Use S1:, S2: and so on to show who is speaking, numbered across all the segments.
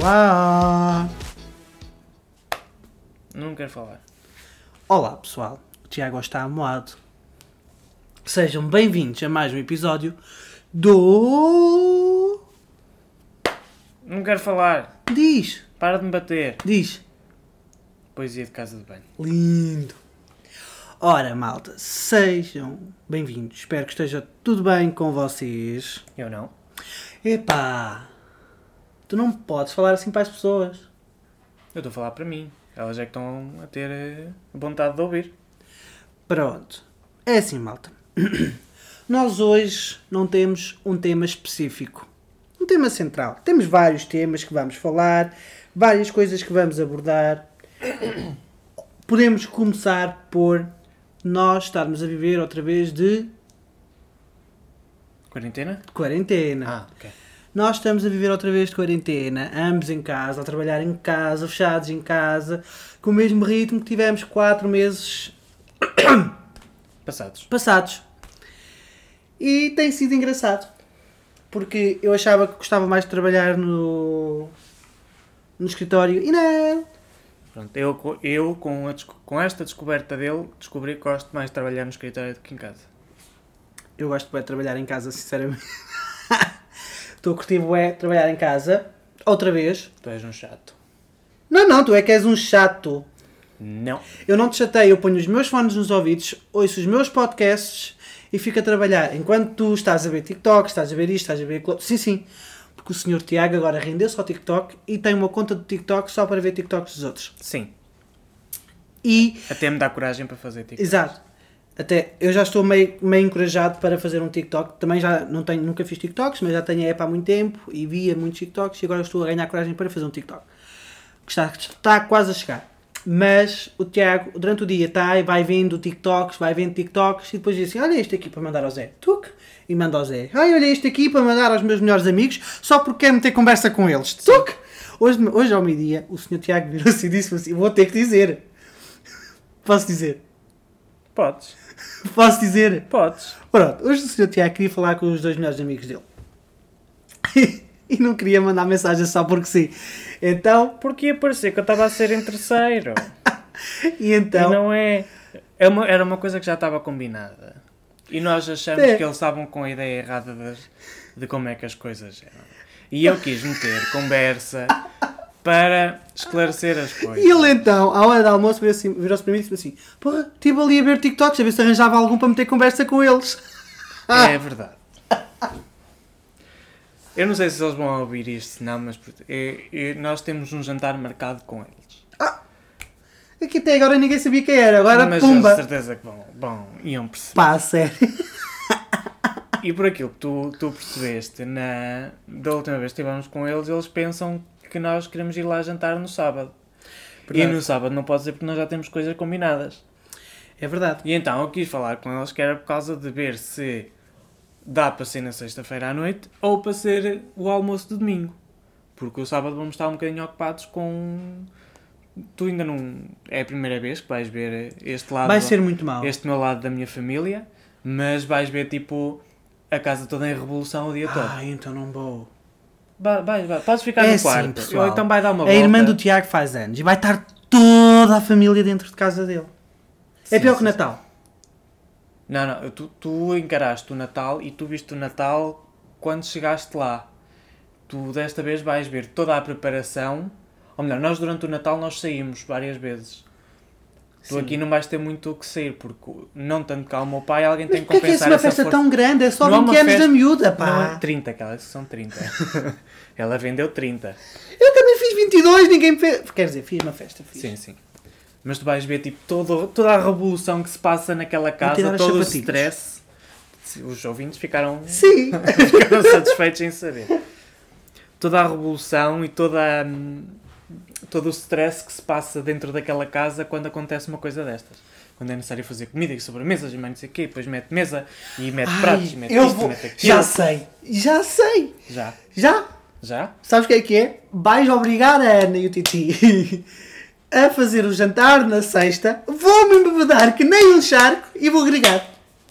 S1: Olá!
S2: Não quero falar.
S1: Olá pessoal, o Tiago está amoado. Sejam bem-vindos a mais um episódio do.
S2: Não quero falar.
S1: Diz,
S2: Para de me bater.
S1: diz,
S2: Poesia de casa de banho.
S1: lindo! Ora malta, sejam bem-vindos, espero que esteja tudo bem com vocês.
S2: Eu não.
S1: Epá! Tu não podes falar assim para as pessoas.
S2: Eu estou a falar para mim. Elas é que estão a ter eh, vontade de ouvir.
S1: Pronto. É assim, malta. Nós hoje não temos um tema específico. Um tema central. Temos vários temas que vamos falar, várias coisas que vamos abordar. Podemos começar por nós estarmos a viver outra vez de
S2: Quarentena?
S1: quarentena.
S2: Ah, ok.
S1: Nós estamos a viver outra vez de quarentena, ambos em casa, a trabalhar em casa, fechados em casa, com o mesmo ritmo que tivemos quatro meses
S2: Passados.
S1: passados. E tem sido engraçado. Porque eu achava que gostava mais de trabalhar no, no escritório e não.
S2: Pronto. Eu, co- eu com, a desco- com esta descoberta dele, descobri que gosto mais de trabalhar no escritório do que em casa.
S1: Eu gosto bué de trabalhar em casa, sinceramente. Estou a curtir bué de trabalhar em casa. Outra vez.
S2: Tu és um chato.
S1: Não, não, tu é que és um chato.
S2: Não.
S1: Eu não te chateio, eu ponho os meus fones nos ouvidos, ouço os meus podcasts e fico a trabalhar. Enquanto tu estás a ver TikTok, estás a ver isto, estás a ver aquilo. Sim, sim. Porque o senhor Tiago agora rendeu-se ao TikTok e tem uma conta do TikTok só para ver TikToks dos outros.
S2: Sim.
S1: E,
S2: Até me dá coragem para fazer TikTok.
S1: exato. Até eu já estou meio, meio encorajado para fazer um TikTok. Também já não tenho, nunca fiz TikToks, mas já tenho a app há muito tempo e via muitos TikToks e agora estou a ganhar coragem para fazer um TikTok. que está, que está quase a chegar. Mas o Tiago, durante o dia, está e vai vendo TikToks, vai vendo TikToks e depois diz assim: Olha este aqui para mandar ao Zé. Tuc! E manda ao Zé. Ai, olha este aqui para mandar aos meus melhores amigos só porque quer meter conversa com eles. Tuc! Hoje, de- hoje ao meio-dia, o senhor Tiago virou-se e disse assim: Vou ter que dizer. Posso dizer?
S2: Podes.
S1: Posso dizer?
S2: Podes.
S1: Pronto, hoje o Sr. Tiago queria falar com os dois melhores amigos dele. e não queria mandar mensagem só porque sim. Então,
S2: Porque ia parecer que eu estava a ser em terceiro.
S1: e
S2: E
S1: então.
S2: não é. é uma- era uma coisa que já estava combinada. E nós achamos
S1: É.
S2: que eles estavam com a ideia errada das- de como é que as coisas eram. E eu quis meter conversa para esclarecer as coisas.
S1: E ele então, à hora do almoço, virou-se virou-se para mim e disse assim: Porra, estive ali a ver TikToks, a ver se arranjava algum para meter conversa com eles.
S2: É verdade. Eu não sei se eles vão ouvir isto, não, mas puto, é- é- nós temos um jantar marcado com eles.
S1: Aqui até agora ninguém sabia quem era, agora
S2: mas eu
S1: pumba!
S2: certeza que vão, vão iam perceber.
S1: Pá, a sério.
S2: E por aquilo que tu, tu percebeste, na, da última vez que estivemos com eles, eles pensam que nós queremos ir lá jantar no sábado.
S1: Verdade.
S2: E no sábado não pode ser porque nós já temos coisas combinadas.
S1: É verdade.
S2: E então eu quis falar com eles que era por causa de ver se dá para ser na sexta-feira à noite ou para ser o almoço de domingo. Porque o sábado vamos estar um bocadinho ocupados com. Tu ainda não. É a primeira vez que vais ver este lado.
S1: Vai ser muito mal.
S2: Este meu lado da minha família, mas vais ver tipo a casa toda em revolução o dia todo.
S1: Ah, então não vou.
S2: Vai, vai, vai. Podes ficar
S1: é
S2: no quarto.
S1: assim, pessoal.
S2: Ou então vai dar uma
S1: a
S2: volta.
S1: irmã do Tiago faz anos e vai estar toda a família dentro de casa dele. é
S2: Sim,
S1: pior
S2: sim,
S1: que Natal.
S2: Não, não, tu, tu encaraste o Natal e tu viste o Natal quando chegaste lá. Tu desta vez vais ver toda a preparação. Ou melhor, nós durante o Natal nós saímos várias vezes. Tu
S1: Sim.
S2: aqui não vais ter muito o que sair, porque não tanto cá o meu pai, alguém
S1: Mas
S2: tem que
S1: porquê é que é
S2: compensar
S1: uma
S2: essa
S1: festa
S2: força.
S1: tão grande? É só
S2: Não há
S1: 20
S2: uma
S1: anos
S2: festa-
S1: da miúda,
S2: Não,
S1: pá.
S2: é 30, aquelas que são 30. Ela vendeu 30.
S1: Eu também fiz 22, ninguém fez. Quer dizer, fiz uma festa, fiz.
S2: Sim, sim. Mas tu vais ver tipo todo, toda a revolução que se passa naquela
S1: tirar
S2: casa,
S1: as
S2: todo o
S1: sapatilhas.
S2: stress. Os ouvintes ficaram
S1: Sim.
S2: ficaram satisfeitos em saber. Toda a revolução e toda a, hum, todo o stress que se passa dentro daquela casa quando acontece uma coisa destas. Quando é necessário fazer comida e sobremesas e mais não sei o quê, depois mete mesa e mete pratos e
S1: Ai,
S2: mete
S1: eu
S2: É isto, né?
S1: vou...
S2: mete aquilo.
S1: Já sei, já sei.
S2: Já.
S1: Já.
S2: Já?
S1: Sabes o que é que é? Vais obrigar a Ana e o Titi a fazer o jantar na sexta. Vou-me embebedar que nem um charco e vou agregar.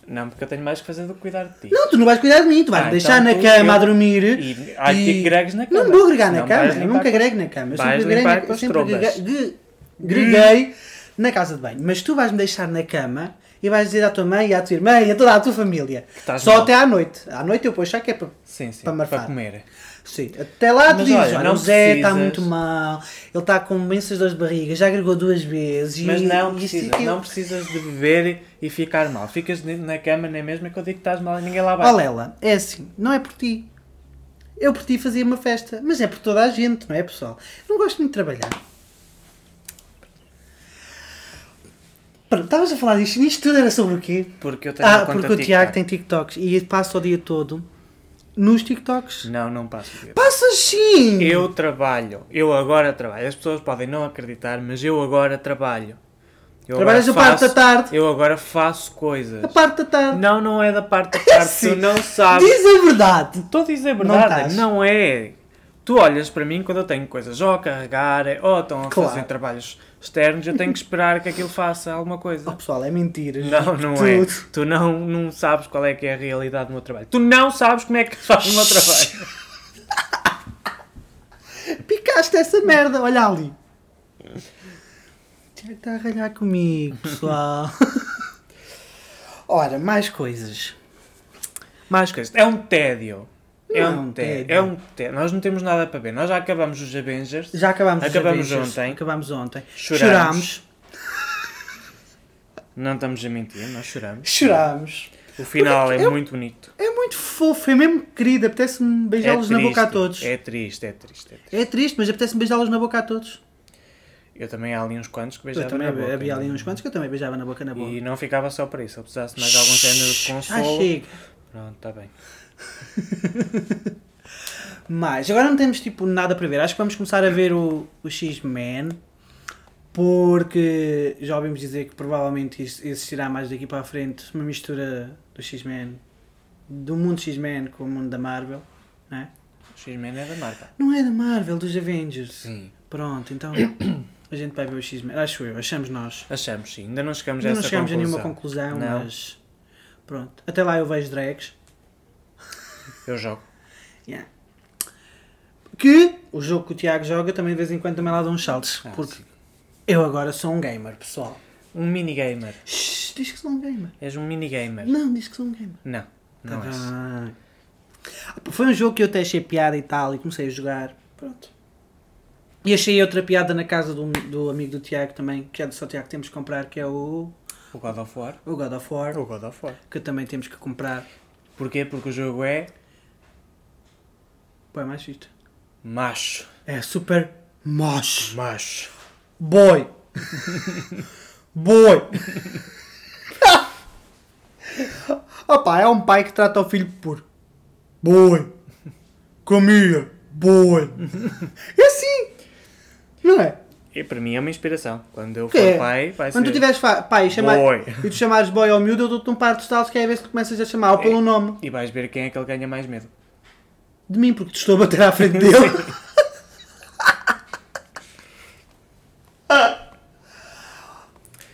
S2: Não, porque eu tenho mais que fazer do que cuidar de ti.
S1: Não, tu não vais cuidar de mim, tu vais
S2: Ah,
S1: me deixar
S2: então
S1: na
S2: tu-
S1: cama
S2: eu-
S1: a dormir.
S2: E há que te gregues na cama.
S1: Não vou agregar na
S2: Senão vais
S1: cama, eu
S2: limpar
S1: nunca
S2: com-
S1: agrego na cama. Eu
S2: Vais
S1: sempre agreguei na,
S2: limpar com
S1: eu
S2: as
S1: sempre
S2: trombas.
S1: agrega- gre- greguei na casa de banho. Mas tu vais-me deixar na cama e vais dizer à tua mãe e à tua irmã e a toda a tua família.
S2: estás
S1: Só
S2: mal.
S1: até à noite. À noite eu puxo, que é para.
S2: Sim,
S1: Para
S2: sim, para,
S1: marfar.
S2: comer.
S1: Sim, até lá tu
S2: Mas
S1: dizes,
S2: olha,
S1: olha,
S2: não
S1: o Zé está
S2: precisas.
S1: muito mal, ele está com imensas dores de barriga, já agregou duas vezes.
S2: Mas
S1: e, e
S2: não
S1: isto e
S2: precisas,
S1: aquilo."
S2: não precisas de beber e ficar mal. Ficas de- na cama, nem mesmo é que eu digo que estás mal e ninguém lá vai.
S1: Ó Lela, é assim, não é por ti. Eu por ti fazia uma festa, mas é por toda a gente, não é pessoal? Não gosto muito de trabalhar. Pronto, estavas a falar disto, isto tudo era sobre o quê?
S2: Porque eu tenho
S1: Ah,
S2: uma conta
S1: porque o
S2: TikTok.
S1: Tiago tem TikToks e passa o dia todo nos TikToks.
S2: Não, não passo o dia.
S1: Passas sim!
S2: Eu trabalho, eu agora trabalho. As pessoas podem não acreditar, mas eu agora trabalho. Eu
S1: Trabalhas
S2: agora
S1: a parte
S2: faço-
S1: da tarde.
S2: Eu agora faço coisas.
S1: A parte da tarde.
S2: Não, não é da parte da tarde,
S1: Sim.
S2: tu não sabes.
S1: Diz a verdade!
S2: Estou a dizer a
S1: Não
S2: verdade,
S1: estás.
S2: não, é. Tu olhas para mim quando eu tenho coisas ou a carregar, ou estão a
S1: Claro.
S2: fazer trabalhos externos, eu tenho que esperar que aquilo faça alguma coisa.
S1: Oh pessoal, é mentira.
S2: Não, não é. Tu não, não sabes qual é que é a realidade do meu trabalho. Tu não sabes como é que se faz o meu trabalho.
S1: Picaste essa merda, olha ali. Tiago está a ralhar comigo, pessoal. Ora, mais coisas.
S2: Mais coisas. É um tédio. É
S1: Não
S2: um tédio. É um tédio. Nós não temos nada para ver. Nós já acabamos os Avengers.
S1: Já acabámos os
S2: Acabámos
S1: Avengers.
S2: ontem.
S1: Acabámos ontem.
S2: Chorámos.
S1: Chorámos.
S2: Não estamos a mentir, nós choramos.
S1: Chorámos.
S2: O final é
S1: Eu-
S2: muito bonito.
S1: É muito fofo, é mesmo querido. Apetece-me beijá-los na boca a todos. É,
S2: É triste, é triste, é triste.
S1: triste, mas apetece-me beijá-los na boca a todos.
S2: Eu também há ali uns quantos que
S1: Eu
S2: beijava
S1: também
S2: na boca. né?
S1: havia ali uns quantos tá que eu também beijava na boca na boca.
S2: E não ficava só para isso. Eu precisasse de mais algum género de
S1: Ah,
S2: consolo.
S1: chega.
S2: Pronto, está bem.
S1: Mas agora não temos tipo nada para ver. Acho que vamos começar a ver o, o X-Men. Porque já ouvimos dizer que provavelmente is- existirá mais daqui para a frente uma mistura do X-Men, do mundo X-Men com o mundo da Marvel, não é?
S2: O X-Men é da marca.
S1: Não é da Marvel, dos Avengers.
S2: Sim.
S1: Pronto, então a gente vai ver o X-Men. Acho eu, achamos nós.
S2: Achamos, sim. Ainda não chegamos a
S1: Ainda
S2: essa
S1: não chegamos a nenhuma
S2: conclusão.
S1: conclusão,
S2: Não.
S1: mas pronto. Até lá eu vejo drags.
S2: Eu jogo.
S1: Yeah. Que o jogo que o Tiago joga também de vez em quando também lá dá uns saltos.
S2: Ah,
S1: porque
S2: sim.
S1: eu agora sou um gamer, pessoal.
S2: Um minigamer.
S1: Shhh, diz que sou um gamer.
S2: És um minigamer.
S1: Não, diz que sou um gamer.
S2: Não, não
S1: Tá
S2: és.
S1: bem. Ah, pá, Foi um jogo que eu até achei piada e tal e comecei a jogar. Pronto. E achei outra piada na casa do, do amigo do Tiago também, que é do só Tiago que temos que comprar, que é o,
S2: O God of War.
S1: o God of War,
S2: O God of War.
S1: que também temos que comprar.
S2: Porquê? Porque o jogo é
S1: Pô, é mais isto.
S2: macho.
S1: É super mosh.
S2: Macho.
S1: Boy. Boy. Opa, é um pai que trata o filho por Boy. Comia. Boy. É assim. Não é?
S2: E para mim é uma inspiração. Quando eu
S1: Que
S2: for
S1: é?
S2: pai, vai
S1: Quando
S2: ser...
S1: tu tiveres fa- pai e chama-
S2: Boy.
S1: e tu chamares boy ao miúdo, eu dou-te um par de estalos que é a vez que começas a chamar ou pelo nome
S2: E vais ver quem é que ele ganha mais medo.
S1: de mim, porque te estou a bater à frente dele.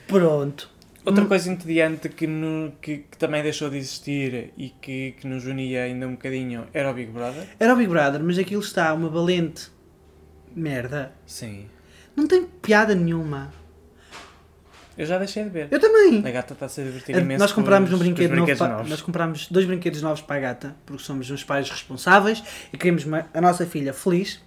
S1: Pronto.
S2: Outra coisa entediante que, no- que- que também deixou de existir e que, que nos unia ainda um bocadinho era o Big Brother.
S1: Era o Big Brother, mas aquilo está uma valente merda.
S2: Sim.
S1: Não tem piada nenhuma.
S2: Eu já deixei de ver.
S1: Eu também.
S2: A gata está a se divertir
S1: Eh,
S2: imenso.
S1: Nós
S2: com
S1: comprámos
S2: os-
S1: um
S2: com os
S1: brinquedo novo.
S2: brinquedos
S1: pa-
S2: novos.
S1: Nós comprámos dois brinquedos novos para a gata, porque somos uns pais responsáveis e queremos uma- a nossa filha feliz.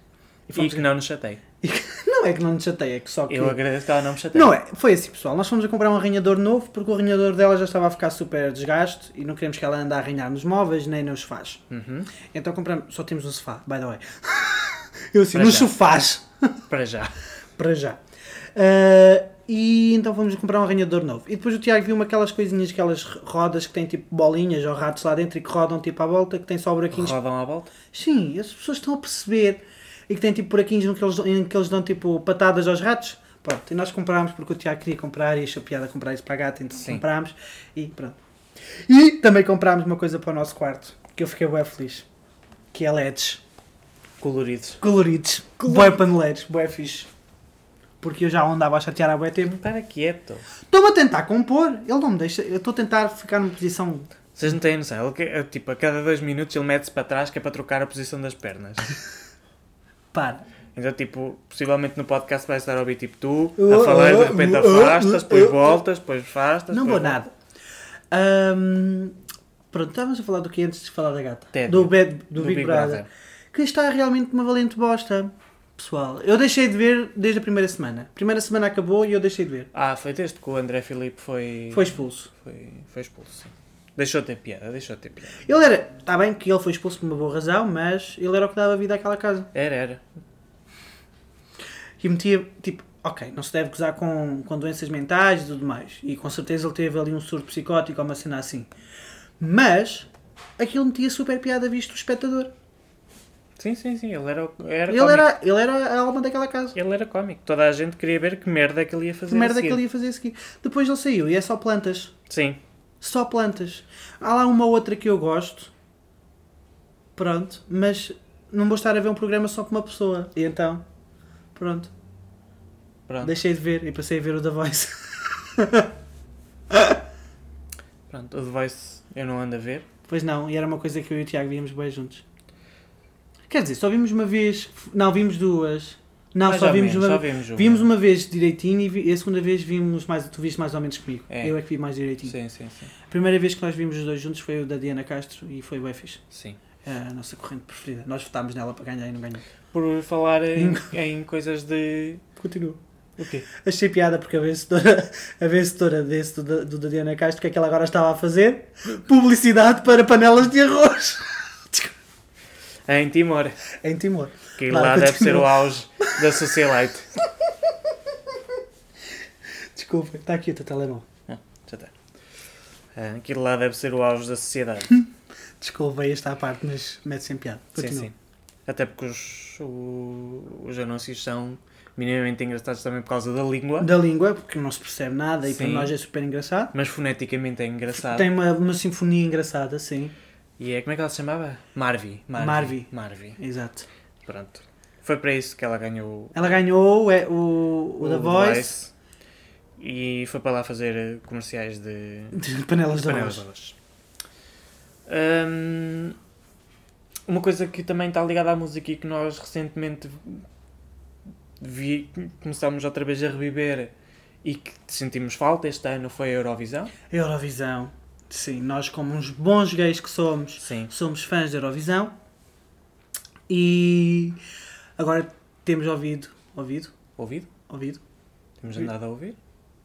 S1: E
S2: E
S1: fomos
S2: que não nos chatei.
S1: e que- não é que não nos chateia, é que só que.
S2: Eu agradeço que ela não me chateie.
S1: Não é, foi assim pessoal, nós fomos a comprar um arranhador novo porque o arranhador dela já estava a ficar super desgasto e não queremos que ela ande a arranhar nos móveis nem nos sofás.
S2: Uhum.
S1: Então compramos, só temos um sofá, by the way. Eu assim,
S2: Para
S1: nos
S2: já.
S1: sofás.
S2: Para já.
S1: Para já. Ah, e então fomos comprar um arranhador novo. E depois o Tiago viu-me aquelas coisinhas, aquelas rodas que têm tipo bolinhas ou ratos lá dentro e que rodam tipo à volta, que têm só buraquinhos.
S2: Rodam à volta.
S1: Sim, as pessoas estão a perceber. E que têm tipo buraquinhos no que eles, em que eles dão tipo patadas aos ratos. Pronto, e nós comprámos porque o Tiago queria comprar e achou piada comprar isso para a gata, então
S2: Sim.
S1: comprámos e pronto. E também comprámos uma coisa para o nosso quarto, que eu fiquei bem feliz, que é LEDs
S2: Coloridos.
S1: coloridos, bué paneleiros, bué fixe. Porque eu já andava a chatear há bué tempo.
S2: Estar quieto.
S1: Estou-me a tentar compor, ele não me deixa. Eu estou a tentar ficar numa posição.
S2: Vocês não têm noção. Ele, que- é, tipo, a cada dois minutos ele mete-se para trás que é para trocar a posição das pernas.
S1: Para.
S2: Então, tipo, possivelmente no podcast vais estar a ouvir tipo tu,
S1: Uh,
S2: a falar, de repente
S1: uh, uh,
S2: afastas,
S1: uh,
S2: depois
S1: uh.
S2: voltas, depois afastas.
S1: Não
S2: depois
S1: vou
S2: voltas.
S1: nada. Ahm, pronto, estávamos a falar do que antes de falar da gata.
S2: Tédio.
S1: Do, bad, do,
S2: Do
S1: Big,
S2: Big
S1: Brother.
S2: Brother.
S1: Que está realmente uma valente bosta. Pessoal, eu deixei de ver desde a primeira semana. Primeira semana acabou e eu deixei de ver.
S2: Ah, foi desde que o André Filipe foi.
S1: Foi expulso.
S2: Foi, foi expulso. sim. Deixou de ter piada, deixou de ter piada.
S1: Ele era. Está bem que ele foi expulso por uma boa razão, mas ele era o que dava vida àquela casa.
S2: Era, era.
S1: E metia, tipo, ok, não se deve gozar com, com doenças mentais e tudo mais. E com certeza ele teve ali um surto psicótico ou uma cena assim. Mas aquilo metia super piada visto o espectador.
S2: Sim, sim, sim. Ele era, o- era
S1: Ele
S2: cómico.
S1: era, ele era a alma daquela casa.
S2: Ele era cómico. Toda a gente queria ver que merda é que ele ia fazer.
S1: Que merda
S2: a
S1: que
S2: seguir.
S1: ele ia fazer a seguir. Depois ele saiu e é só plantas.
S2: Sim.
S1: Só plantas. Há lá uma outra que eu gosto. Pronto. Mas não vou estar a ver um programa só com uma pessoa. E então, pronto.
S2: Pronto.
S1: Deixei de ver e passei a ver o The Voice.
S2: Pronto. O The Voice eu não ando a ver.
S1: Pois não, e era uma coisa que eu e o Tiago víamos bem juntos. Quer dizer, só vimos uma vez. Não, vimos duas. Não,
S2: Mais
S1: só
S2: ou
S1: vimos
S2: menos,
S1: uma.
S2: só vimos uma.
S1: Vimos uma vez direitinho e, vi- e a segunda vez vimos mais. Tu viste mais ou menos comigo.
S2: É.
S1: Eu é que vi mais direitinho.
S2: Sim, sim, sim.
S1: A primeira vez que nós vimos os dois juntos foi o da Diana Castro e foi o EFIS.
S2: Sim.
S1: É a nossa corrente preferida. Nós votámos nela para ganhar e não ganhou.
S2: Por falar
S1: Hum.
S2: em, em coisas de.
S1: Continua.
S2: O quê?
S1: Achei piada porque a vencedora, a vencedora desse do, da- do da Diana Castro, o que é que ela agora estava a fazer? Publicidade para panelas de arroz
S2: Em Timor.
S1: em Timor.
S2: Que
S1: Claro,
S2: lá
S1: continua.
S2: deve ser o auge da socialite.
S1: Desculpa, está aqui o teu telemóvel.
S2: Já está. Ah, Aquilo lá deve ser o auge da sociedade.
S1: Desculpa esta parte, mas mete sem piada. Continua.
S2: Sim, sim. Até porque os, o- os anúncios são minimamente engraçados também por causa da língua,
S1: Da língua, porque não se percebe nada e para
S2: Sim.
S1: nós é super engraçado.
S2: mas foneticamente é engraçado.
S1: Tem uma, uma sinfonia engraçada, sim.
S2: E é como é que ela se chamava? Marvi.
S1: Marvi.
S2: Marvi.
S1: Exato.
S2: Pronto. Foi para isso que ela ganhou
S1: Ela ganhou é, o, o, da
S2: The
S1: Voice.
S2: E foi para lá fazer eh, comerciais de
S1: De panelas de
S2: panelas
S1: arroz.
S2: de arroz. Hum, uma coisa que também está ligada à música e que nós recentemente vi, começámos outra vez a reviver e que sentimos falta este ano foi a Eurovisão.
S1: Eurovisão. Sim, nós como uns bons gays que somos,
S2: Sim.
S1: somos fãs da Eurovisão. E agora temos ouvido, ouvido,
S2: Ouvido?
S1: ouvido.
S2: Temos
S1: Ouvido.
S2: andado a ouvir?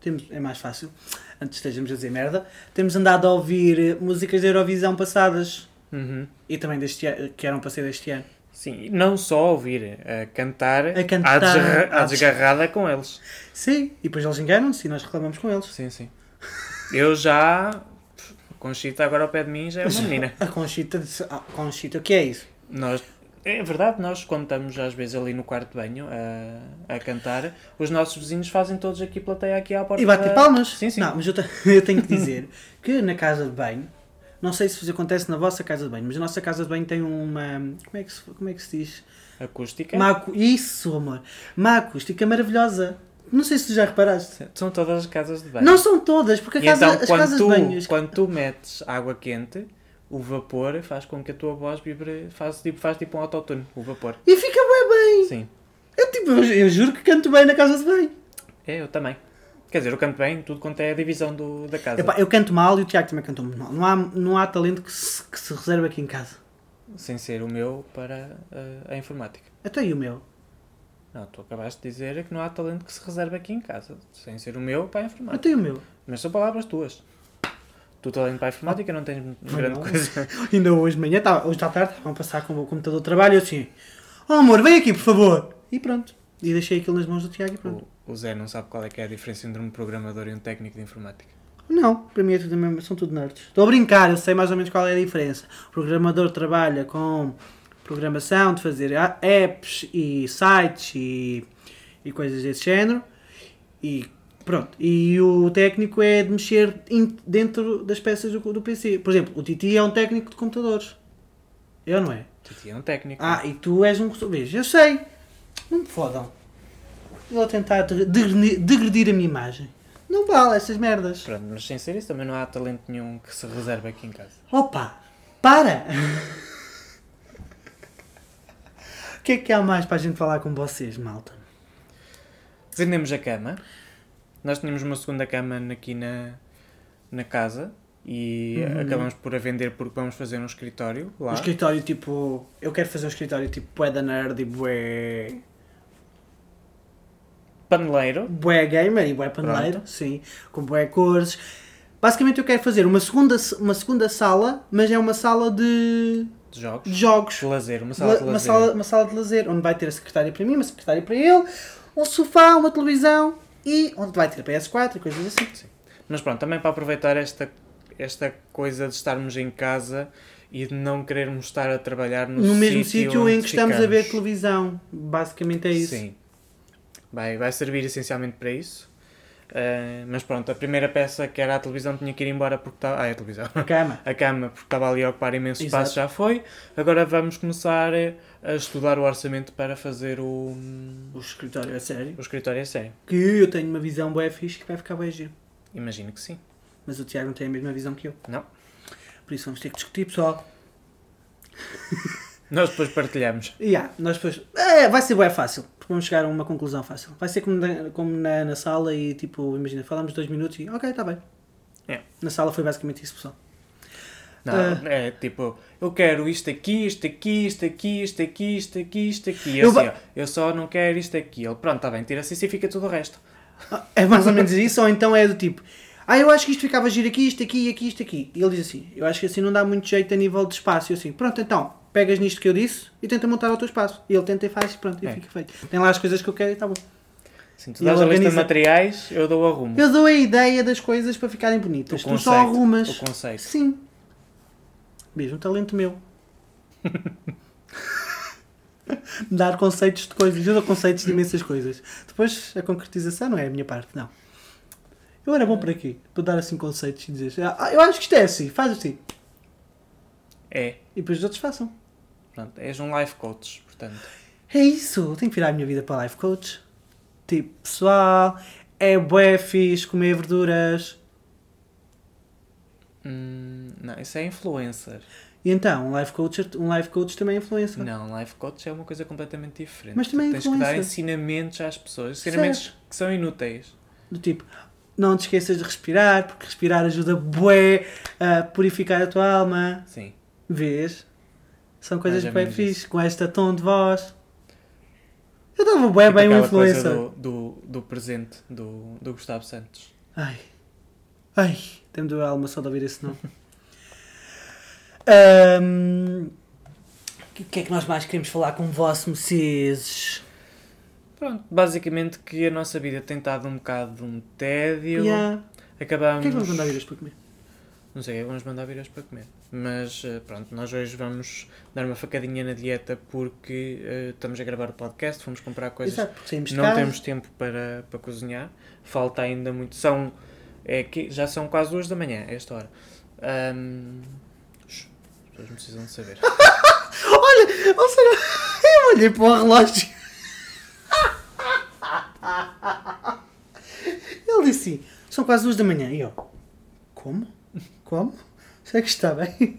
S1: Temos, é mais fácil, antes estejamos a dizer merda. Temos andado a ouvir eh, músicas da Eurovisão passadas
S2: Uhum.
S1: e também deste ano, que eram para ser deste ano.
S2: Sim, e não só a ouvir, a cantar,
S1: A cantar,
S2: à, desgarra- à
S1: à des-
S2: desgarrada com eles.
S1: Sim, e depois eles enganam-se e nós reclamamos com eles.
S2: Sim, sim. Eu já. a Conchita agora ao pé de mim já é uma menina.
S1: A Conchita disse, ah, Conchita, o que é isso?
S2: Nós, é verdade, nós quando estamos às vezes ali no quarto de banho a, a cantar, os nossos vizinhos fazem todos aqui plateia aqui à porta.
S1: E bater
S2: da-
S1: palmas?
S2: Sim, sim.
S1: Não, mas eu, te- eu tenho que dizer que na casa de banho, não sei se isso acontece na vossa casa de banho, mas a nossa casa de banho tem uma. Como é que se, como é que se diz?
S2: Acústica.
S1: Uma acu- Isso, amor! Uma acústica é maravilhosa. Não sei se tu já reparaste.
S2: São todas as casas de banho.
S1: Não são todas, porque a
S2: e
S1: casa,
S2: então
S1: as
S2: quando,
S1: casas
S2: tu,
S1: de banho.
S2: quando tu metes água quente, o vapor faz com que a tua voz vibre, faz tipo, faz tipo um autotune, o vapor.
S1: E fica bem bem!
S2: Sim.
S1: Eu, tipo, eu, eu juro que canto bem na casa de banho.
S2: É, eu também. Quer dizer, eu canto bem, tudo quanto é a divisão do, da casa.
S1: Epá, eu canto mal e o Tiago também cantou muito mal. Não há, não há talento que se, que se reserva aqui em casa.
S2: Sem ser o meu para ah, a informática.
S1: Até aí o meu.
S2: Não, tu acabaste de dizer que não há talento que se reserva aqui em casa. Sem ser o meu para a informática.
S1: Até aí o meu.
S2: Mas são palavras tuas. Tu talento para a informática não tens grande
S1: não.
S2: coisa.
S1: Ainda hoje de manhã, tava- hoje à tarde, estavam a passar com o computador de trabalho e eu assim, oh amor, vem aqui, por favor. E pronto. E deixei aquilo nas mãos do Tiago e pronto.
S2: O, o Zé não sabe qual é que é a diferença entre um programador e um técnico de informática.
S1: Não, para mim é tudo mesmo, são tudo nerds. Estou a brincar, eu sei mais ou menos qual é a diferença. O programador trabalha com programação, de fazer a- apps e sites e, e coisas desse género. E pronto. E o técnico é de mexer in- dentro das peças do, do PC. Por exemplo, o Titi é um técnico de computadores. Eu não é?
S2: Tu é um técnico.
S1: Ah, e tu és um. Vês, eu sei. Não me fodam. Ele a tentar de- degre- degredir a minha imagem. Não vale essas merdas.
S2: Pronto, mas sem ser isso também não há talento nenhum que se reserve aqui em casa.
S1: Opa! Para! O que é que há mais para a gente falar com vocês, malta?
S2: Vendemos a cama. Nós tínhamos uma segunda cama aqui na, na casa e
S1: Uhum.
S2: acabamos por a vender porque vamos fazer um escritório lá.
S1: Um escritório tipo. Eu quero fazer um escritório tipo bué da nerd e bué.
S2: Paneleiro.
S1: bué gamer e bué paneleiro, sim. Com bué cores. Basicamente eu quero fazer uma segunda, uma segunda sala, mas é uma sala de,
S2: de jogos,
S1: de jogos.
S2: de lazer, uma sala
S1: La-
S2: de lazer.
S1: uma, sala, uma sala de lazer, onde vai ter a secretária para mim, uma secretária para ele, um sofá, uma televisão e onde vai ter PS4 e coisas assim.
S2: Mas pronto, também para aproveitar esta, esta coisa de estarmos em casa e de não querermos estar a trabalhar no,
S1: No mesmo
S2: sítio
S1: sítio em
S2: onde
S1: que estamos a ver
S2: ficamos.
S1: televisão. Basicamente é isso.
S2: Sim. Vai, vai servir essencialmente para isso. Ah, mas pronto, a primeira peça que era a televisão tinha que ir embora porque estava. Ah, é a televisão.
S1: A cama.
S2: A cama, porque estava ali a ocupar imenso
S1: Exato.
S2: espaço, já foi. Agora vamos começar a estudar o orçamento para fazer o,
S1: O escritório é sério.
S2: o escritório a sério.
S1: Que eu tenho uma visão bué fixe que vai ficar bué giro.
S2: Imagino que sim.
S1: Mas o Tiago não tem a mesma visão que eu.
S2: Não.
S1: Por isso vamos ter que discutir, pessoal.
S2: Nós depois partilhamos.
S1: E há, nós depois... É, vai ser bué fácil. Porque vamos chegar a uma conclusão fácil. Vai ser como na, como na, na sala e tipo, imagina, falamos dois minutos e ok, está bem.
S2: É.
S1: Na sala foi basicamente isso, pessoal.
S2: Não,
S1: Ah.
S2: é tipo, eu quero isto aqui, isto aqui, isto aqui, isto aqui, isto aqui, isto aqui. E
S1: Eu
S2: assim,
S1: ba-
S2: ó, eu só não quero isto aqui. Ele, pronto, está bem, tira-se isso e fica tudo o resto.
S1: É mais ou menos isso, ou então é do tipo, ah, eu acho que isto ficava giro aqui, isto aqui, e aqui, isto aqui. E ele diz assim, eu acho que assim não dá muito jeito a nível de espaço. E eu assim, pronto, então, pegas nisto que eu disse e tenta montar o teu espaço. E ele tenta e faz, pronto, e
S2: É.
S1: fica feito. Tem lá as coisas que eu quero e está bom.
S2: Assim, tu
S1: E
S2: dás a
S1: ele
S2: lista de
S1: organiza-
S2: materiais, eu dou o arrumo.
S1: Eu dou a ideia das coisas para ficarem bonitas.
S2: O
S1: tu só
S2: conceito,
S1: arrumas.
S2: o conceito.
S1: Sim. Mesmo talento meu. Dar conceitos de coisas. Eu dou conceitos de imensas coisas. Depois a concretização não é a minha parte, não. Eu era bom para quê? Para dar assim conceitos e dizer ah, eu acho que isto é assim, faz assim.
S2: É,
S1: E depois os outros façam.
S2: pronto, és um life coach, portanto.
S1: É isso, eu tenho que virar a minha vida para life coach. Tipo, pessoal, é bué fixe comer verduras.
S2: Hum, não, isso é influencer.
S1: E então, um life coach, um life coach também é influencer.
S2: Não, life coach é uma coisa completamente diferente.
S1: Mas também
S2: Tu
S1: é
S2: tens que dar
S1: influencer.
S2: ensinamentos às pessoas, ensinamentos que são inúteis.
S1: Do tipo, não te esqueças de respirar, porque respirar ajuda bué a purificar a tua alma.
S2: Sim.
S1: Vês? São coisas
S2: Mais ou
S1: bué
S2: menos
S1: fixe, com este tom de voz. Eu estava bué bem um
S2: aquela coisa
S1: influencer.
S2: Do, do, do presente do, do Gustavo Santos.
S1: Ai. Ai, tem me doeu a alma só de ouvir esse nome. Ahm, O que é que nós mais queremos falar com vós, meses?
S2: Pronto, basicamente que a nossa vida tem estado um bocado de um tédio.
S1: Yeah. O
S2: Acabámos.
S1: que é que vamos mandar vir para comer?
S2: Não sei, vamos mandar vir hoje para comer. Mas eh, pronto, nós hoje vamos dar uma facadinha na dieta porque eh, estamos a gravar o podcast, fomos comprar coisas.
S1: Exato, porque saímos de
S2: é. Não
S1: casa.
S2: temos tempo para, para cozinhar, falta ainda muito. São, é que já são quase duas da manhã, a esta hora. Ahm, shh, as pessoas não precisam de saber.
S1: Olha, ou seja, eu olhei para o relógio. Ele disse assim, são quase duas da manhã. E eu, como? Como? Será que está bem?
S2: Pronto,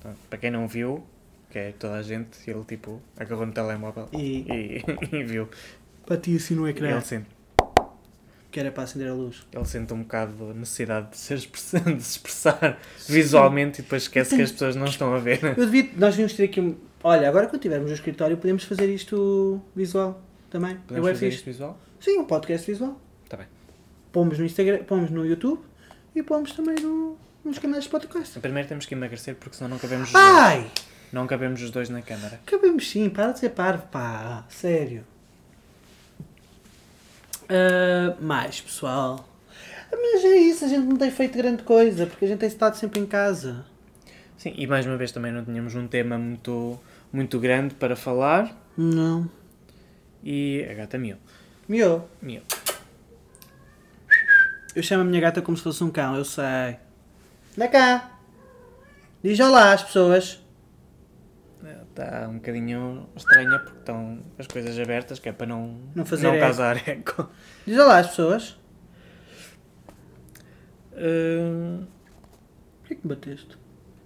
S2: Então, para quem não viu, que é toda a gente, ele tipo agarrou no telemóvel
S1: E-
S2: e, e viu.
S1: Bati assim no ecrã,
S2: Ele, sente,
S1: que era para acender a luz.
S2: ele sente um bocado a necessidade de se expressar, de se expressar visualmente e depois esquece que as pessoas não estão a ver.
S1: Eu devia, nós devíamos ter aqui um... Olha, agora quando tivermos no escritório podemos fazer isto visual também.
S2: Podemos
S1: eu é
S2: fazer
S1: fixe.
S2: isto visual?
S1: Sim, um podcast visual.
S2: Está bem.
S1: Pomos no Instagram, pomos no YouTube e pomos também no, nos canais de podcast.
S2: Então, Primeiro temos que emagrecer porque senão não cabemos os dois.
S1: Ai!
S2: Não cabemos os dois na câmara.
S1: Cabemos sim, um para de ser parvo, pá, sério. Ah, mais, pessoal. Ah, Mas é isso, a gente não tem feito grande coisa, porque a gente tem estado sempre em casa.
S2: Sim, e mais uma vez também não tínhamos um tema muito, muito grande para falar.
S1: Não.
S2: E tá a gata miou.
S1: Meu,
S2: Miou.
S1: eu chamo a minha gata como se fosse um cão, eu sei. Anda cá. Diz olá às pessoas.
S2: Ela está um bocadinho estranha porque estão as coisas abertas, que é para não,
S1: Não fazer eco.
S2: causar eco.
S1: Diz lá às pessoas.
S2: Hum,
S1: Porquê que me bateste?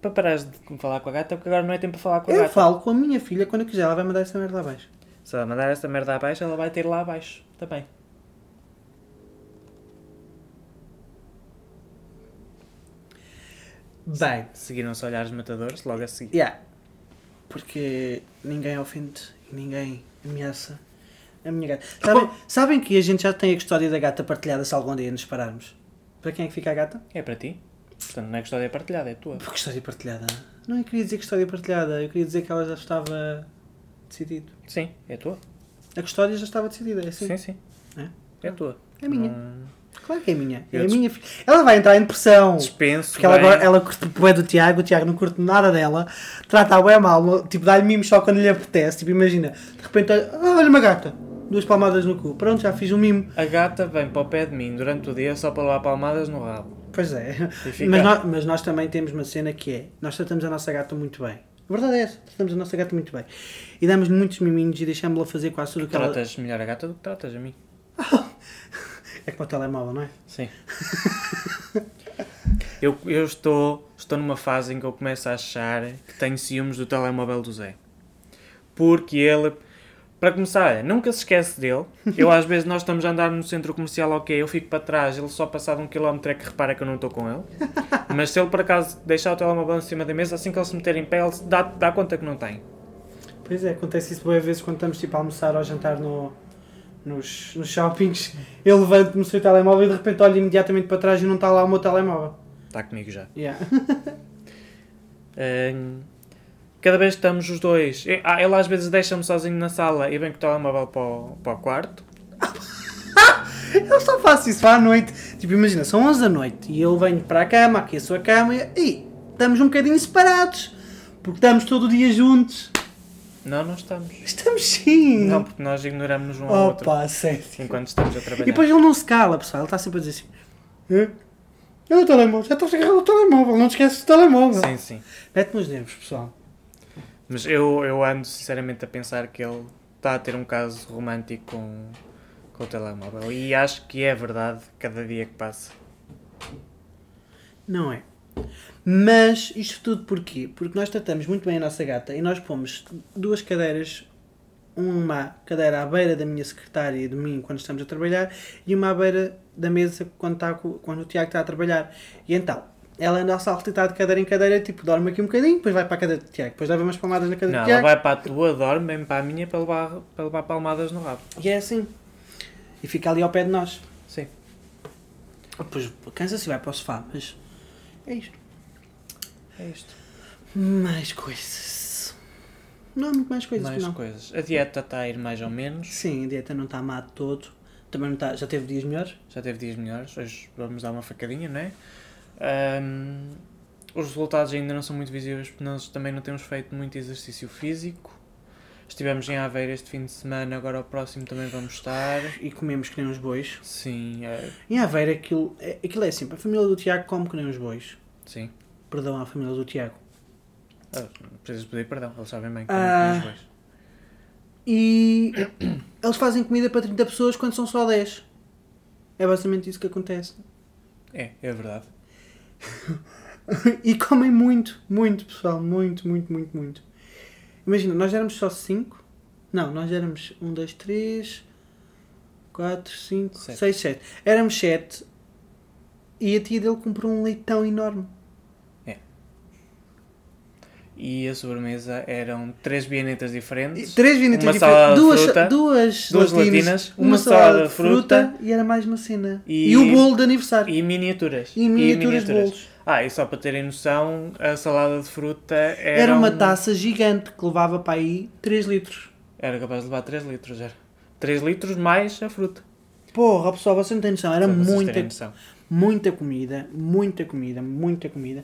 S2: para parares de falar com a gata, porque agora não é tempo para falar com a
S1: Eu
S2: gata.
S1: falo com a minha filha quando eu quiser, ela vai mandar essa merda lá abaixo.
S2: Se ela mandar esta merda abaixo, ela vai ter lá abaixo também.
S1: Bem,
S2: Seguiram-se olhares um matadores logo a seguir.
S1: yeah. Porque ninguém ofende e ninguém ameaça a minha gata. Sabem, sabem que a gente já tem a custódia da gata partilhada se algum dia nos pararmos? Para quem é que fica a gata?
S2: É para ti. Portanto, não é custódia partilhada, é tua.
S1: Por custódia partilhada. Não, eu queria dizer custódia partilhada, eu queria dizer que ela já estava decidido.
S2: Sim, é tua.
S1: A custódia já estava decidida, é assim.
S2: Sim, sim. É, tua.
S1: É minha.
S2: Não-
S1: Claro que é minha. É
S2: Eu
S1: a
S2: des-
S1: minha filha. Ela vai entrar em depressão.
S2: Dispenso.
S1: Porque ela,
S2: bem.
S1: agora, ela curte bué do Tiago, o Tiago não curte nada dela, trata-a bué mal, tipo, dá-lhe mimos só quando lhe apetece. Tipo, imagina, de repente, olha, ah, olha uma gata, duas palmadas no cu, pronto, já fiz um mimo.
S2: A gata vem para o pé de mim durante o dia só para levar palmadas no rabo.
S1: Pois é.
S2: fica.
S1: Mas nós, mas nós também temos uma cena que é, nós tratamos a nossa gata muito bem. A verdade é essa, tratamos a nossa gata muito bem. E damos-lhe muitos miminhos e deixamos-la fazer quase tudo o que ela...
S2: Tratas melhor a gata do que tratas a mim.
S1: É como o telemóvel, não é?
S2: Sim. eu eu estou, estou numa fase em que eu começo a achar que tenho ciúmes do telemóvel do Zé. Porque ele, para começar, olha, nunca se esquece dele. Eu às vezes nós estamos a andar no centro comercial, ok, eu fico para trás, ele só passado um quilómetro é que repara que eu não estou com ele. Mas se ele por acaso deixar o telemóvel em cima da mesa, assim que ele se meter em pé, ele se dá, dá conta que não tem.
S1: Pois é, acontece isso boas vezes quando estamos tipo a almoçar ou a jantar no, nos, nos shoppings. Eu levanto-me o seu telemóvel e de repente olho imediatamente para trás e não está lá o meu telemóvel.
S2: Está comigo já.
S1: Yeah.
S2: Ahn, cada vez que estamos os dois. e- ah, ele às vezes deixa-me sozinho na sala e vem com o telemóvel para o, para o quarto.
S1: Eu só faço isso à noite. Tipo, imagina, são 11 da noite e eu venho para a cama, aqui a sua cama e, e estamos um bocadinho separados. Porque estamos todo o dia juntos.
S2: Não, não estamos.
S1: Estamos sim.
S2: Não, porque nós ignoramos um ao outro
S1: Hum. Opa, sério.
S2: enquanto estamos a
S1: E
S2: trabalhar.
S1: depois ele não se cala, pessoal. Ele está sempre a dizer assim. "Hã? Olha o telemóvel, já estou a chegar o telemóvel, não te esqueces do telemóvel.
S2: Sim, sim.
S1: Mete-me os nervos, pessoal.
S2: Mas eu, eu ando sinceramente a pensar que ele está a ter um caso romântico com, com o telemóvel. E acho que é verdade cada dia que passa.
S1: Não é. Mas isto tudo porquê? Porque nós tratamos muito bem a nossa gata e nós pomos duas cadeiras, uma cadeira à beira da minha secretária e de mim quando estamos a trabalhar e uma à beira da mesa quando, está, co- quando o Tiago está a trabalhar. E então, ela anda a saltitar de cadeira em cadeira, tipo, dorme aqui um bocadinho, depois vai para a cadeira do Tiago, depois leva umas palmadas na cadeira
S2: Não,
S1: do
S2: ela
S1: Tiago.
S2: vai para a tua, dorme, vem para a minha para levar, para levar palmadas no rabo.
S1: E é assim. E fica ali ao pé de nós.
S2: Sim.
S1: Depois cansa-se e vai para o sofá, mas é isto.
S2: É isto.
S1: Mais coisas. Não há muito mais coisas,
S2: mais
S1: não.
S2: coisas. A dieta está a ir mais ou menos.
S1: Sim, a dieta não está má de todo. Também não está, já teve dias melhores.
S2: Já teve dias melhores. Hoje vamos dar uma facadinha, não é? Ahm, os resultados ainda não são muito visíveis porque nós também não temos feito muito exercício físico. Estivemos em Aveiro este fim de semana, agora ao próximo também vamos estar.
S1: E comemos que nem uns bois.
S2: Sim, eh,
S1: Em Aveiro, aquilo é, aquilo é assim: a família do Tiago come que nem uns bois.
S2: sim.
S1: Perdão à família do Tiago.
S2: Ah, precisas pedir perdão, eles sabem bem que
S1: Ah.
S2: ah. dois.
S1: E eles fazem comida para 30 pessoas quando são só 10. É basicamente isso que acontece.
S2: É, é verdade.
S1: e comem muito, muito, pessoal. Muito, muito, muito, muito. Imagina, nós éramos só 5. Não, nós éramos 1, 2, 3, 4, 5,
S2: Sete.
S1: 6, 7. Éramos 7. E a tia dele comprou um leitão enorme.
S2: E a sobremesa eram três bienetas
S1: E
S2: diferentes.
S1: Três vinetas
S2: Uma salada de
S1: duas,
S2: fruta,
S1: duas,
S2: duas
S1: latinas,
S2: latinas,
S1: uma, salada, de fruta, e era mais uma cena. E,
S2: E-
S1: o bolo de aniversário.
S2: E miniaturas.
S1: E miniaturas de bolos.
S2: Ah, e só para terem noção, a salada de fruta era.
S1: Era, uma
S2: um-
S1: taça gigante que levava para aí 3 litros.
S2: Era capaz de levar 3 litros, era. 3 litros mais a fruta.
S1: Porra, pessoal, você não tem noção. Era
S2: Para vocês terem
S1: muita,
S2: noção.
S1: muita comida, muita comida, muita comida.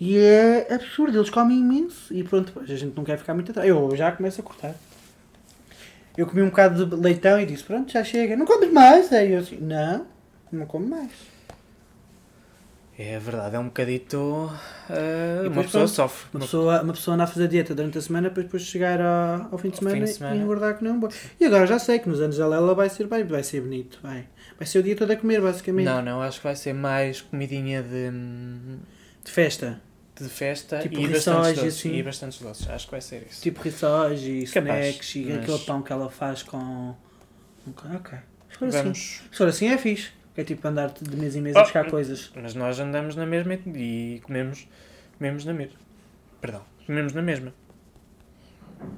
S1: E é absurdo, eles comem imenso. E pronto, pois, a gente não quer ficar muito atrás. Eu já começo a cortar. Eu comi um bocado de leitão e disse: Pronto, já chega, não comes mais. Aí eu assim: Não, não como mais.
S2: É verdade, é um bocadito. ah,
S1: E
S2: uma
S1: depois
S2: pessoa
S1: pronto,
S2: sofre.
S1: Uma pessoa, uma pessoa anda a fazer dieta durante a semana para depois chegar ao, ao fim de
S2: Ao fim
S1: semana,
S2: de semana.
S1: e engordar que não é um boi. E agora já sei que nos anos dela ela vai ser bem, vai ser bonito, vai. Vai ser o dia todo a comer, basicamente.
S2: Não, não, acho que vai ser mais comidinha de,
S1: De festa.
S2: de festa
S1: Tipo
S2: e,
S1: rissóis
S2: bastantes
S1: e
S2: doces,
S1: assim.
S2: e bastantes doces. Acho que vai ser isso.
S1: Tipo rissóis e
S2: Capaz,
S1: snacks e
S2: mas-
S1: aquele pão que ela faz com. Ok. ok. Se for assim.
S2: Vamos.
S1: Se for assim é fixe. É tipo andar de mês em mês a
S2: Oh.
S1: buscar coisas.
S2: Mas nós andamos na mesma e e comemos, comemos na mesma. Perdão, comemos na mesma.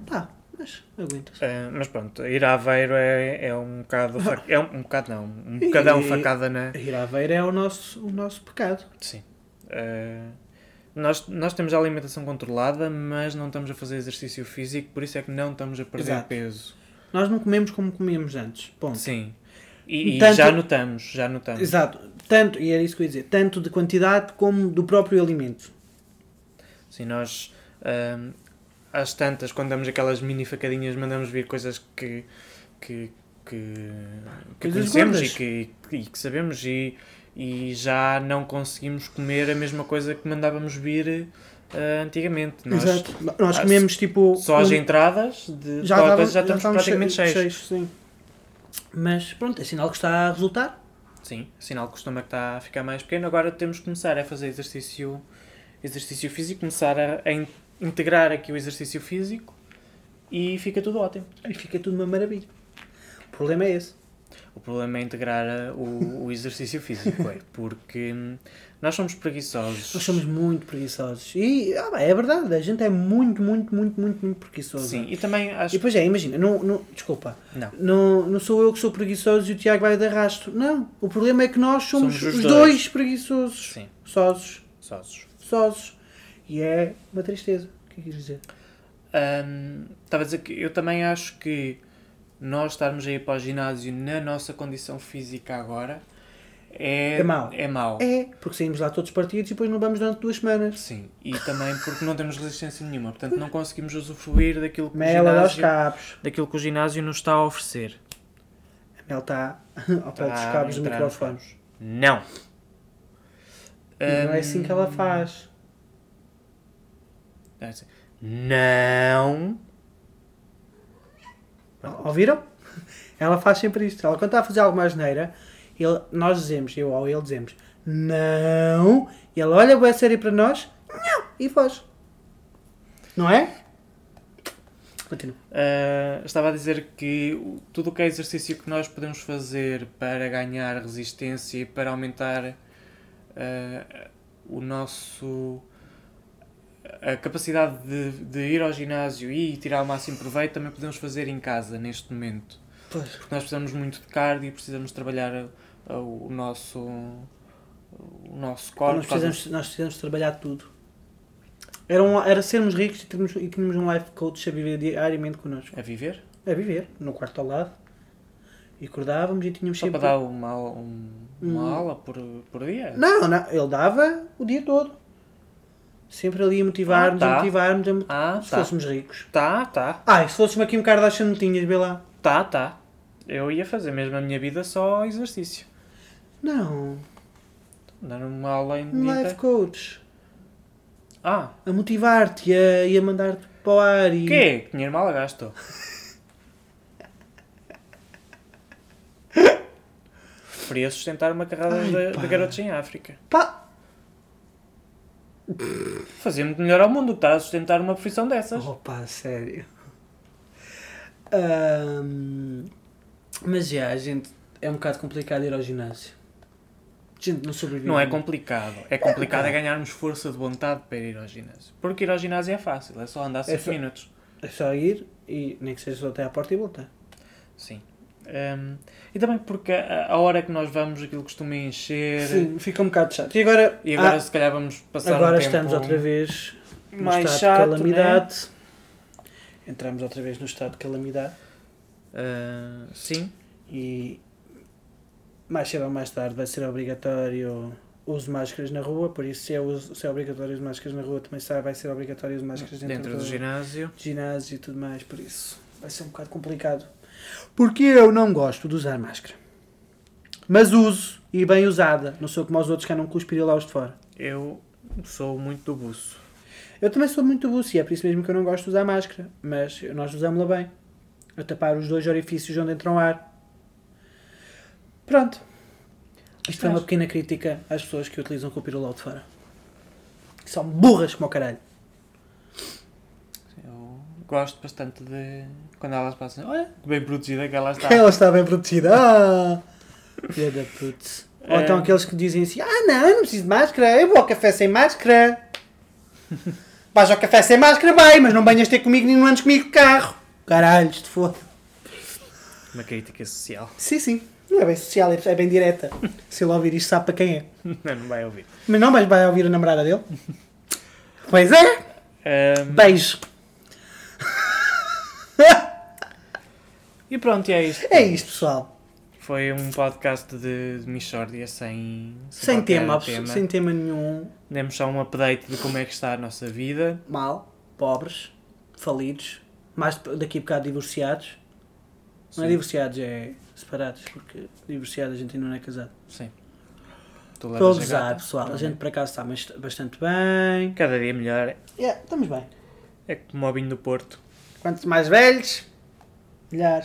S1: Tá, mas aguenta-se.
S2: Ah, mas pronto, ir a Aveiro é, é um bocado. fa- É um, um bocado não, um bocadão
S1: E-
S2: facada na.
S1: Ir à beira é o nosso, o nosso pecado.
S2: Sim. Ah, nós, nós temos a alimentação controlada, mas não estamos a fazer exercício físico, por isso é que não estamos a perder
S1: Exato.
S2: peso.
S1: Nós não comemos como comíamos antes. Ponto.
S2: Sim. E, e
S1: Tanto-
S2: já notamos, já notamos.
S1: Exato. Tanto, e era isso que eu ia dizer, tanto de quantidade como do próprio alimento.
S2: Sim, nós ahm, às tantas, quando damos aquelas mini facadinhas, mandamos vir coisas que, que, que, que
S1: Coisas
S2: conhecemos
S1: gordas.
S2: e que, e que sabemos e, e já não conseguimos comer a mesma coisa que mandávamos vir ah, antigamente. Nós
S1: Exato. Nós
S2: Ah,
S1: comemos tipo.
S2: só as
S1: um-
S2: entradas de
S1: já,
S2: qualquer
S1: dava-
S2: coisa
S1: já
S2: já estamos
S1: estávamos
S2: praticamente
S1: che-
S2: cheios.
S1: sim. Mas pronto, é sinal que está a resultar.
S2: Sim, sinal que o estômago está a ficar mais pequeno. Agora temos que começar a fazer exercício, exercício físico, começar a, a in- integrar aqui o exercício físico e fica tudo ótimo.
S1: E fica tudo uma maravilha. O problema é esse.
S2: O problema é integrar eh, o, o exercício físico, é, porque hum, nós somos preguiçosos.
S1: Nós somos muito preguiçosos. E ah, bem, é verdade, a gente é muito, muito, muito, muito, muito preguiçoso.
S2: Sim, e também
S1: E
S2: acho
S1: depois é, imagina, não, não, desculpa,
S2: Não.
S1: não, não sou eu que sou preguiçoso e o Tiago vai de arrasto. Não, o problema é que nós somos,
S2: Somos os
S1: os
S2: dois.
S1: dois, preguiçosos.
S2: Sim.
S1: Sosos.
S2: preguiçosos.
S1: Sosos. E é uma tristeza. O que é que queres dizer?
S2: Hum, Estava a dizer que eu também acho que nós estarmos a ir para o ginásio na nossa condição física agora é,
S1: É mau.
S2: É mau.
S1: É, porque saímos lá todos partidos e depois não vamos durante duas semanas.
S2: Sim, e também porque não temos resistência nenhuma, portanto não conseguimos usufruir daquilo que, o
S1: Mel aos
S2: ginásio,
S1: cabos.
S2: daquilo que o ginásio nos está a oferecer.
S1: A Mel está ao pé
S2: Tá
S1: dos cabos do
S2: entrar nos
S1: microfone.
S2: cabos. Não!
S1: E não é assim que
S2: Hum.
S1: ela faz.
S2: É assim, Não.
S1: Ou- Ouviram? Ela faz sempre isto. Ela, quando está a fazer alguma asneira, ele, nós dizemos, eu ou ele dizemos, não. E ela olha boa série para nós, não. E foge. Não é? Continua.
S2: Ah, estava a dizer que o- tudo o que é exercício que nós podemos fazer para ganhar resistência e para aumentar ah, o nosso a capacidade de, de ir ao ginásio e tirar o máximo proveito também podemos fazer em casa neste momento.
S1: Pois.
S2: Porque nós precisamos muito de cardio e precisamos trabalhar ah, ah, o nosso o nosso corpo.
S1: Nós precisamos, nós precisamos trabalhar tudo. Era, um- era sermos ricos e termos, e termos um life coach a viver diariamente connosco.
S2: a viver.
S1: A viver, no quarto ao lado. E acordávamos e tínhamos
S2: Só
S1: sempre...
S2: para dar uma, aula- um- uma
S1: Hum.
S2: aula por, por dia?
S1: Não, não, ele dava o dia todo. Sempre ali a motivar-nos,
S2: Ah, tá.
S1: a motivar-nos, a motivar
S2: Ah,
S1: Se
S2: tá.
S1: fôssemos ricos.
S2: Tá, tá,
S1: Ah, e se fôssemos aqui um Kardashian não tinhas, vê lá.
S2: tá, tá. Eu ia fazer mesmo a minha vida só exercício.
S1: Não,
S2: Dar uma aula em
S1: um life
S2: dia.
S1: coach.
S2: Ah,
S1: A motivar-te e a, e a mandar-te para o ar e...
S2: o quê? Que Dinheiro mal gasto. Preferia sustentar uma carrada
S1: Ai,
S2: de,
S1: pá.
S2: de garotos em África.
S1: Pá!
S2: Fazia muito melhor ao mundo do que estar a sustentar uma profissão dessas.
S1: Oh pá, sério. Ahm, mas já, a gente... É um bocado complicado ir ao ginásio. A gente não sobrevive.
S2: Não é complicado. É complicado é ganharmos força de vontade para ir ao ginásio. Porque ir ao ginásio é fácil, é só andar 5
S1: só-
S2: minutos.
S1: É só ir e nem que seja só até à porta e voltar.
S2: Sim. Hum, e também porque a, a hora que nós vamos aquilo costuma encher.
S1: Sim, fica um bocado chato. E agora...
S2: E agora
S1: Ah,
S2: se calhar vamos passar
S1: Agora
S2: um tempo
S1: estamos outra vez no
S2: mais
S1: estado
S2: chato, né?
S1: de calamidade. Entramos outra vez no estado de calamidade
S2: né? Ah, sim.
S1: e mais cedo ou mais tarde vai ser obrigatório o uso de máscaras na rua, por isso se é, uso- se é obrigatório as máscaras na rua, também sabe, vai ser obrigatório as máscaras dentro,
S2: Dentro do
S1: do,
S2: ginásio.
S1: ginásio e tudo mais, por isso vai ser um bocado complicado. Porque eu não gosto de usar máscara. Mas uso e bem usada. Não sou como os outros que andam com os pirilaus de fora.
S2: Eu sou muito do buço.
S1: Eu também sou muito buço e é por isso mesmo que eu não gosto de usar máscara. Mas nós usamos-la bem. A tapar os dois orifícios onde entra o ar. Pronto. Isto foi uma pequena crítica às pessoas que utilizam com o pirilau de fora. Que são burras como o caralho.
S2: Eu gosto bastante de. Quando elas passam. Olha, que bem protegida que ela está.
S1: Ela está bem protegida. Ah! Filha da putz. Ou então
S2: É.
S1: aqueles que dizem assim: Ah, não, eu não preciso de máscara. Eu vou ao café sem máscara. Vais ao café sem máscara, vai, mas não venhas ter comigo nem não andes comigo de carro. Caralho, isto foda.
S2: Uma crítica social.
S1: Sim, sim. Não é bem social, é bem direta. Se ele ouvir isto, sabe para quem é.
S2: Não, não vai ouvir.
S1: Mas não, mas vai ouvir a namorada dele. Pois é.
S2: Ahm,
S1: Beijo.
S2: e pronto, e é isto.
S1: É isto, pessoal.
S2: Foi um podcast de, de Michórdia sem,
S1: Sem
S2: qualquer
S1: tema, abso- sem tema nenhum.
S2: Demos só um update de como é que está a nossa vida.
S1: Mal, pobres, falidos, mais de- daqui a bocado divorciados. Não é
S2: Sim.
S1: divorciados, é separados, porque divorciado a gente ainda não é casado.
S2: Sim. Tu
S1: Estou a
S2: levas a
S1: gozar,
S2: gata?
S1: pessoal. A
S2: Tá
S1: gente por acaso está mas- bastante bem.
S2: bem. Cada dia melhor.
S1: Yeah, estamos bem.
S2: É como o vinho do Porto.
S1: Quanto mais velhos, melhor.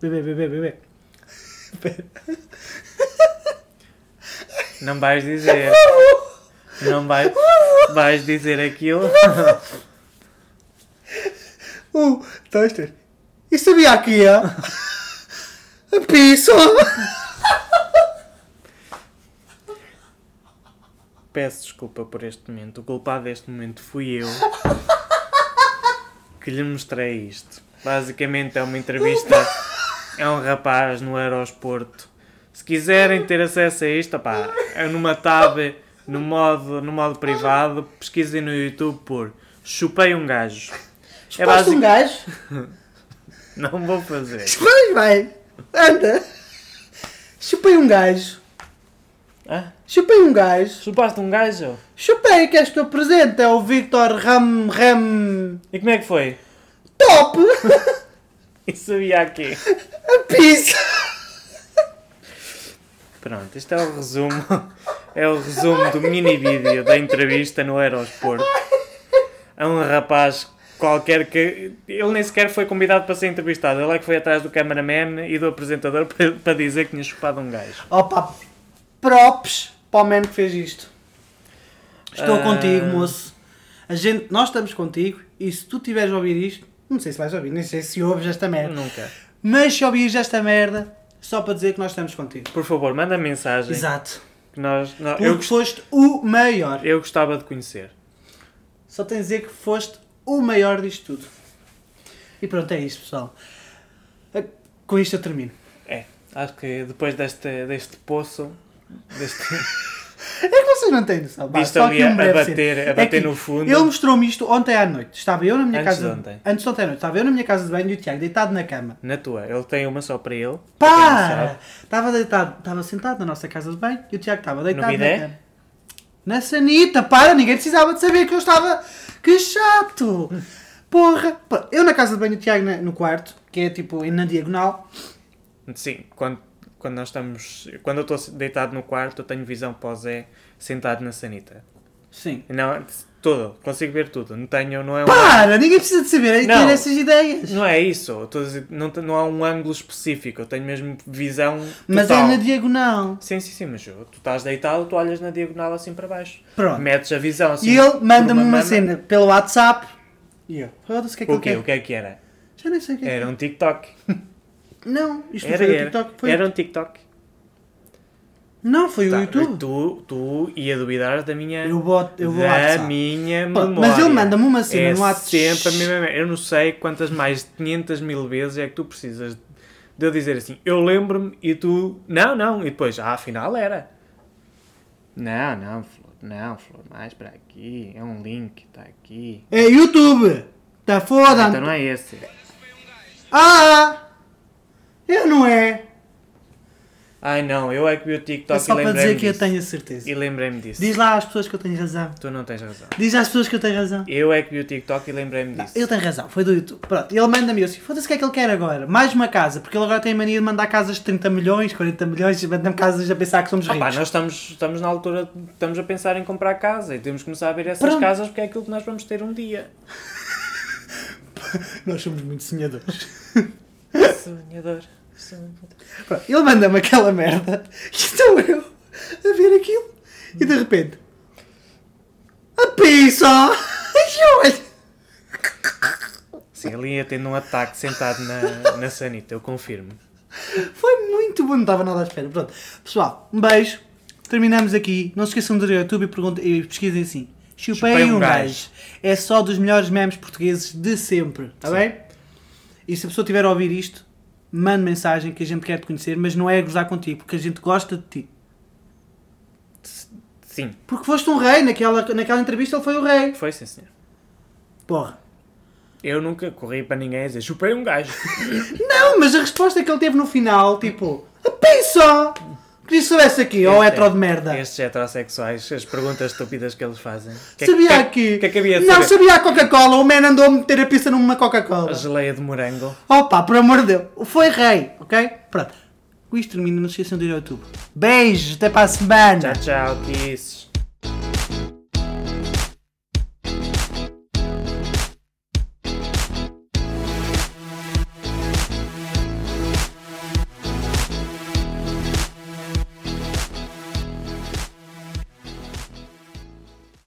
S1: Bebê, bebê, bebê.
S2: Não vais dizer. Não vais. Vais dizer aquilo.
S1: Uh, toaster. E sabia aqui, ó? Piso!
S2: Peço desculpa por este momento. O culpado deste momento fui eu que lhe mostrei isto. Basicamente é uma entrevista a um rapaz no aeroporto. Se quiserem ter acesso a isto, opá, é numa tab, no modo, no modo privado, pesquisem no YouTube por Chupei um gajo. É
S1: Basta um
S2: basic-
S1: gajo.
S2: Não vou fazer.
S1: Vai, vai. Anda. Chupei um gajo.
S2: Hã?
S1: Chupei um gajo.
S2: Chupaste um gajo?
S1: Chupei que és teu presente. É o Victor Ram Ram
S2: E como é que foi?
S1: Top.
S2: Isso havia aqui.
S1: Piso.
S2: Pronto, este é o resumo. É o resumo do mini vídeo da entrevista no aeroporto. A um rapaz qualquer que. Ele nem sequer foi convidado para ser entrevistado. Ele é que foi atrás do cameraman e do apresentador para, para dizer que tinha chupado um gajo.
S1: Opa. Props para o man que fez isto. Estou
S2: Ah.
S1: contigo, moço. A gente, nós estamos contigo. E se tu tiveres a ouvir isto, não sei se vais ouvir, nem sei se ouves esta merda.
S2: Nunca.
S1: Mas se ouvires esta merda, só para dizer que nós estamos contigo.
S2: Por favor, manda mensagem.
S1: Exato.
S2: Que nós, nó-
S1: Porque
S2: eu, gost-
S1: foste o maior.
S2: eu gostava de conhecer.
S1: Só tenho a dizer que foste o maior disto tudo. E pronto, é isso, pessoal. Eh, Com isto eu termino.
S2: É, acho que depois deste, deste poço. Deste...
S1: É que vocês não têm noção. Vá,
S2: Disto
S1: só aqui
S2: ali a-
S1: um
S2: a
S1: breve
S2: bater-
S1: cedo.
S2: a bater
S1: que
S2: no fundo.
S1: Ele mostrou-me isto ontem à noite. Estava eu na minha
S2: Antes
S1: casa.
S2: de ontem.
S1: Antes de ontem à noite. Estava eu na minha casa de banho e o Tiago deitado na cama.
S2: Na tua, ele tem uma só para ele. para quem não
S1: Pá!
S2: sabe.
S1: Estava deitado, estava sentado na nossa casa de banho e o Tiago estava deitado na
S2: bidé?
S1: cama. Na sanita, para, ninguém precisava de saber que eu estava. Que chato! Porra! Pá, Eu na casa de banho, o Tiago na- no quarto, que é tipo na diagonal.
S2: Sim, quando, quando nós estamos. Quando eu estou deitado no quarto, eu tenho visão para o Zé sentado na sanita.
S1: Sim.
S2: Não, tudo, consigo ver tudo. Não tenho, não é um.
S1: Para! Ninguém precisa de saber e
S2: Não.
S1: ter essas ideias.
S2: Não é isso, eu estou a dizer, não, te- não há um ângulo específico, eu tenho mesmo visão. Total.
S1: Mas é na diagonal.
S2: Sim, sim, sim, mas eu- tu estás deitado, tu olhas na diagonal assim para baixo.
S1: Pronto.
S2: Metes a visão assim.
S1: e ele
S2: por
S1: manda-me uma
S2: mama.
S1: cena pelo WhatsApp. E eu, foda-se, o que é que
S2: O
S1: ele
S2: quê?
S1: quer?
S2: O que é que era?
S1: Já nem sei o que é.
S2: Era um TikTok.
S1: Não, isto não
S2: Era,
S1: foi o
S2: era,
S1: TikTok. Foi...
S2: era um TikTok.
S1: Não, foi o
S2: Tá,
S1: YouTube.
S2: Tu, tu ia duvidar da minha.
S1: Eu vou, eu vou ao
S2: da
S1: WhatsApp.
S2: minha
S1: Pô,
S2: memória.
S1: mas ele manda-me uma cena
S2: é
S1: no WhatsApp.
S2: sempre a mesma merda. Eu não sei quantas mais de 500 mil vezes é que tu precisas de eu dizer assim, eu lembro-me e tu, não, não, e depois, ah, afinal era. Não, não, Flor, não, Flor, mais para aqui, é um link, está aqui.
S1: É YouTube! Tá foda!
S2: Então não é esse.
S1: Ah! Eu não é!
S2: Ai não, eu é que vi o TikTok
S1: É só
S2: e
S1: para
S2: lembrei-me
S1: dizer que eu
S2: disso.
S1: tenho a certeza.
S2: E lembrei-me disso.
S1: Diz lá às pessoas que eu tenho razão.
S2: Tu não tens razão.
S1: Diz às pessoas que eu tenho razão.
S2: Eu é que vi o TikTok e lembrei-me
S1: Não,
S2: disso.
S1: ele tem razão, foi do YouTube. Pronto, ele manda-me eu assim, foda-se o que é que ele quer agora? Mais uma casa, porque ele agora tem a mania de mandar casas de 30 milhões, 40 milhões, manda-me casas a pensar que somos
S2: Ah, pá,
S1: ricos.
S2: nós estamos, estamos na altura, estamos a pensar em comprar casa e temos que começar a ver essas
S1: Pronto.
S2: casas porque é aquilo que nós vamos ter um dia.
S1: Nós somos muito sonhadores.
S2: Sonhador. sonhador.
S1: Pronto, ele manda-me aquela merda e estou eu a ver aquilo e de repente. A pizza! E eu olho.
S2: Sim, ali ia tendo um ataque sentado na, na sanita, eu confirmo.
S1: Foi muito bom, não estava nada à espera. Pronto, pessoal, um beijo. Terminamos aqui. Não se esqueçam de ir ao YouTube e, perguntem- e pesquisem assim. Chupei, um gajo. É só dos melhores memes portugueses de sempre, está
S2: Sim.
S1: bem? E se a pessoa tiver a ouvir isto, mande mensagem que a gente quer te conhecer, mas não é a gozar contigo, porque a gente gosta de ti.
S2: Sim,
S1: Porque foste um rei, naquela, naquela entrevista ele foi o rei.
S2: foi sim, senhor.
S1: Porra.
S2: Eu nunca corri para ninguém a dizer chupei um gajo.
S1: Não, mas a resposta que ele teve no final, tipo, pensa! Queria que soubesse aqui, ó
S2: Este é-
S1: hetero de merda.
S2: Estes heterossexuais, as perguntas estúpidas que eles fazem. Que é que-
S1: sabia
S2: que,
S1: aqui.
S2: O que é que havia de
S1: não,
S2: saber?
S1: sabia a Coca-Cola. O man andou a meter a pizza numa Coca-Cola.
S2: A geleia de morango.
S1: Opa, por amor de Deus. Foi rei, ok? Pronto. Com isto termino. Não se esqueçam de ir ao YouTube. Beijos. Até para a semana.
S2: Tchau, tchau, kisses.